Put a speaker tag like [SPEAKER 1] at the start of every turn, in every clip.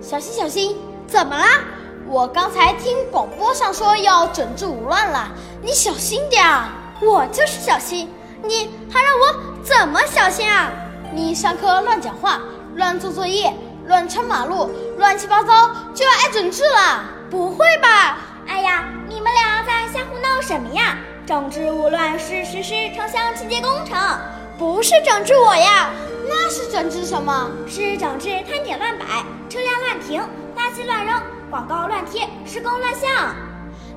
[SPEAKER 1] 小心，小心！怎么啦？我刚才听广播上说要整治无乱了，你小心点儿。我就是小心，你还让我怎么小心啊？你上课乱讲话、乱做作业、乱穿马路、乱七八糟，就要挨整治了？不会吧？
[SPEAKER 2] 哎呀，你们俩在瞎胡闹什么呀？整治无乱是实施城乡清洁工程，
[SPEAKER 1] 不是整治我呀，那是整治什么？
[SPEAKER 2] 是整治摊点乱摆、车辆乱停、垃圾乱扔、广告乱贴、施工乱象。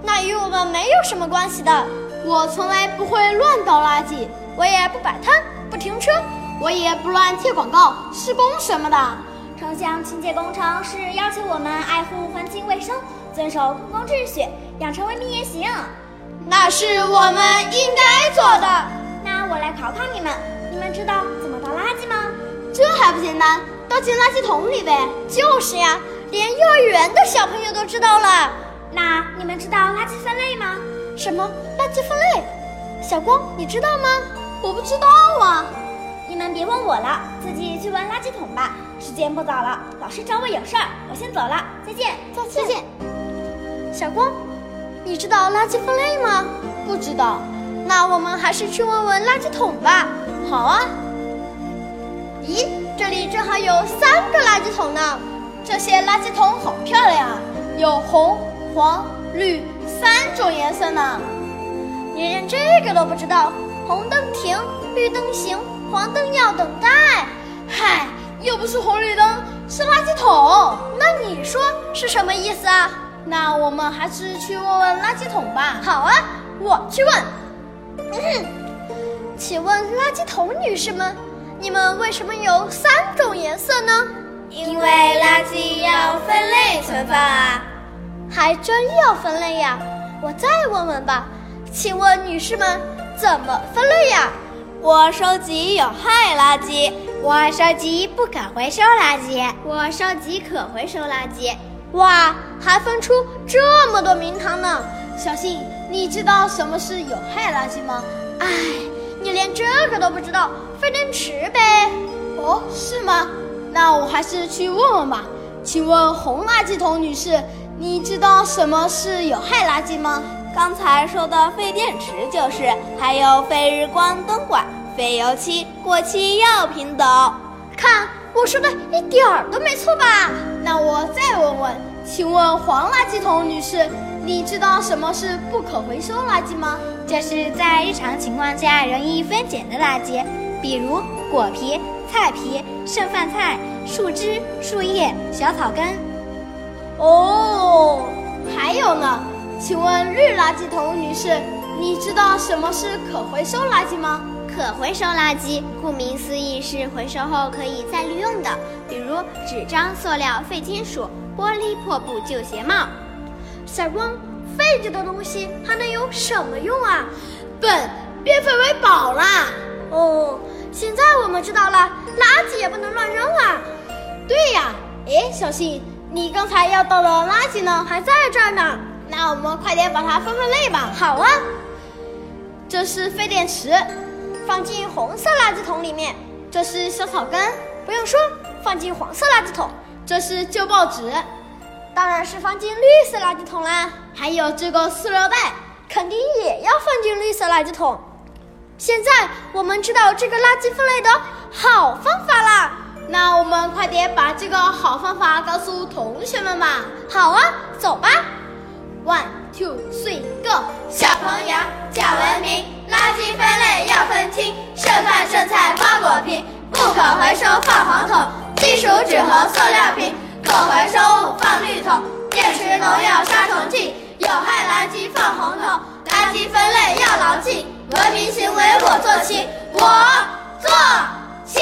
[SPEAKER 1] 那与我们没有什么关系的。我从来不会乱倒垃圾，我也不摆摊、不停车，我也不乱贴广告、施工什么的。
[SPEAKER 2] 城乡清洁工程是要求我们爱护环境卫生，遵守公共秩序，养成文明言行。
[SPEAKER 1] 那是我们应该做的。
[SPEAKER 2] 那我来考考你们，你们知道怎么倒垃圾吗？
[SPEAKER 1] 这还不简单，倒进垃圾桶里呗。就是呀，连幼儿园的小朋友都知道了。
[SPEAKER 2] 那你们知道垃圾分类吗？
[SPEAKER 1] 什么垃圾分类？小光，你知道吗？我不知道啊。
[SPEAKER 2] 你们别问我了，自己去闻垃圾桶吧。时间不早了，老师找我有事儿，我先走了，再见。
[SPEAKER 1] 再见。再见小光，你知道垃圾分类吗？不知道。那我们还是去问问垃圾桶吧。好啊。咦，这里正好有三个垃圾桶呢。这些垃圾桶好漂亮啊，有红、黄、绿三种颜色呢。你连这个都不知道？红灯停，绿灯行，黄灯要等待。嗨，又不是红绿灯，是垃圾桶。那你说是什么意思啊？那我们还是去问问垃圾桶吧。好啊，我去问。嗯、请问垃圾桶女士们，你们为什么有三种颜色呢？
[SPEAKER 3] 因为垃圾要分类存放啊。
[SPEAKER 1] 还真要分类呀！我再问问吧。请问女士们怎么分类呀？
[SPEAKER 3] 我收集有害垃圾，
[SPEAKER 4] 我收集不可回收垃圾，
[SPEAKER 5] 我收集可回收垃圾。
[SPEAKER 1] 哇，还分出这么多名堂呢！小新，你知道什么是有害垃圾吗？唉，你连这个都不知道，非得迟呗。哦，是吗？那我还是去问问吧。请问红垃圾桶女士，你知道什么是有害垃圾吗？
[SPEAKER 4] 刚才说的废电池就是，还有废日光灯管、废油漆、过期药品等。
[SPEAKER 1] 看，我说的一点儿都没错吧？那我再问问，请问黄垃圾桶女士，你知道什么是不可回收垃圾吗？
[SPEAKER 5] 这是在日常情况下容易分解的垃圾，比如果皮、菜皮、剩饭菜、树枝、树叶、小草根。
[SPEAKER 1] 哦，还有呢？请问绿垃圾桶女士，你知道什么是可回收垃圾吗？
[SPEAKER 5] 可回收垃圾，顾名思义是回收后可以再利用的，比如纸张、塑料、废金属、玻璃、破布、旧鞋帽。
[SPEAKER 1] 小光，废着的东西还能有什么用啊？本变废为宝啦！哦，现在我们知道了，垃圾也不能乱扔啊。对呀，哎，小新，你刚才要倒的垃圾呢，还在这儿呢。那我们快点把它分分类吧。好啊，这是废电池。放进红色垃圾桶里面，这是小草根，不用说，放进黄色垃圾桶，这是旧报纸，当然是放进绿色垃圾桶啦。还有这个塑料袋，肯定也要放进绿色垃圾桶。现在我们知道这个垃圾分类的好方法啦，那我们
[SPEAKER 6] 快点把这个好方法告诉同学们吧！
[SPEAKER 7] 好啊，走吧
[SPEAKER 6] ！One two three go！
[SPEAKER 1] 小朋友讲文明，垃圾分类要分清，剩饭剩菜包果皮，不可回收放黄桶，金属纸和塑料瓶可回收物放绿桶，电池农药杀虫剂，有害垃圾放红桶，垃圾分类要牢记，文明行为我做起，我做起。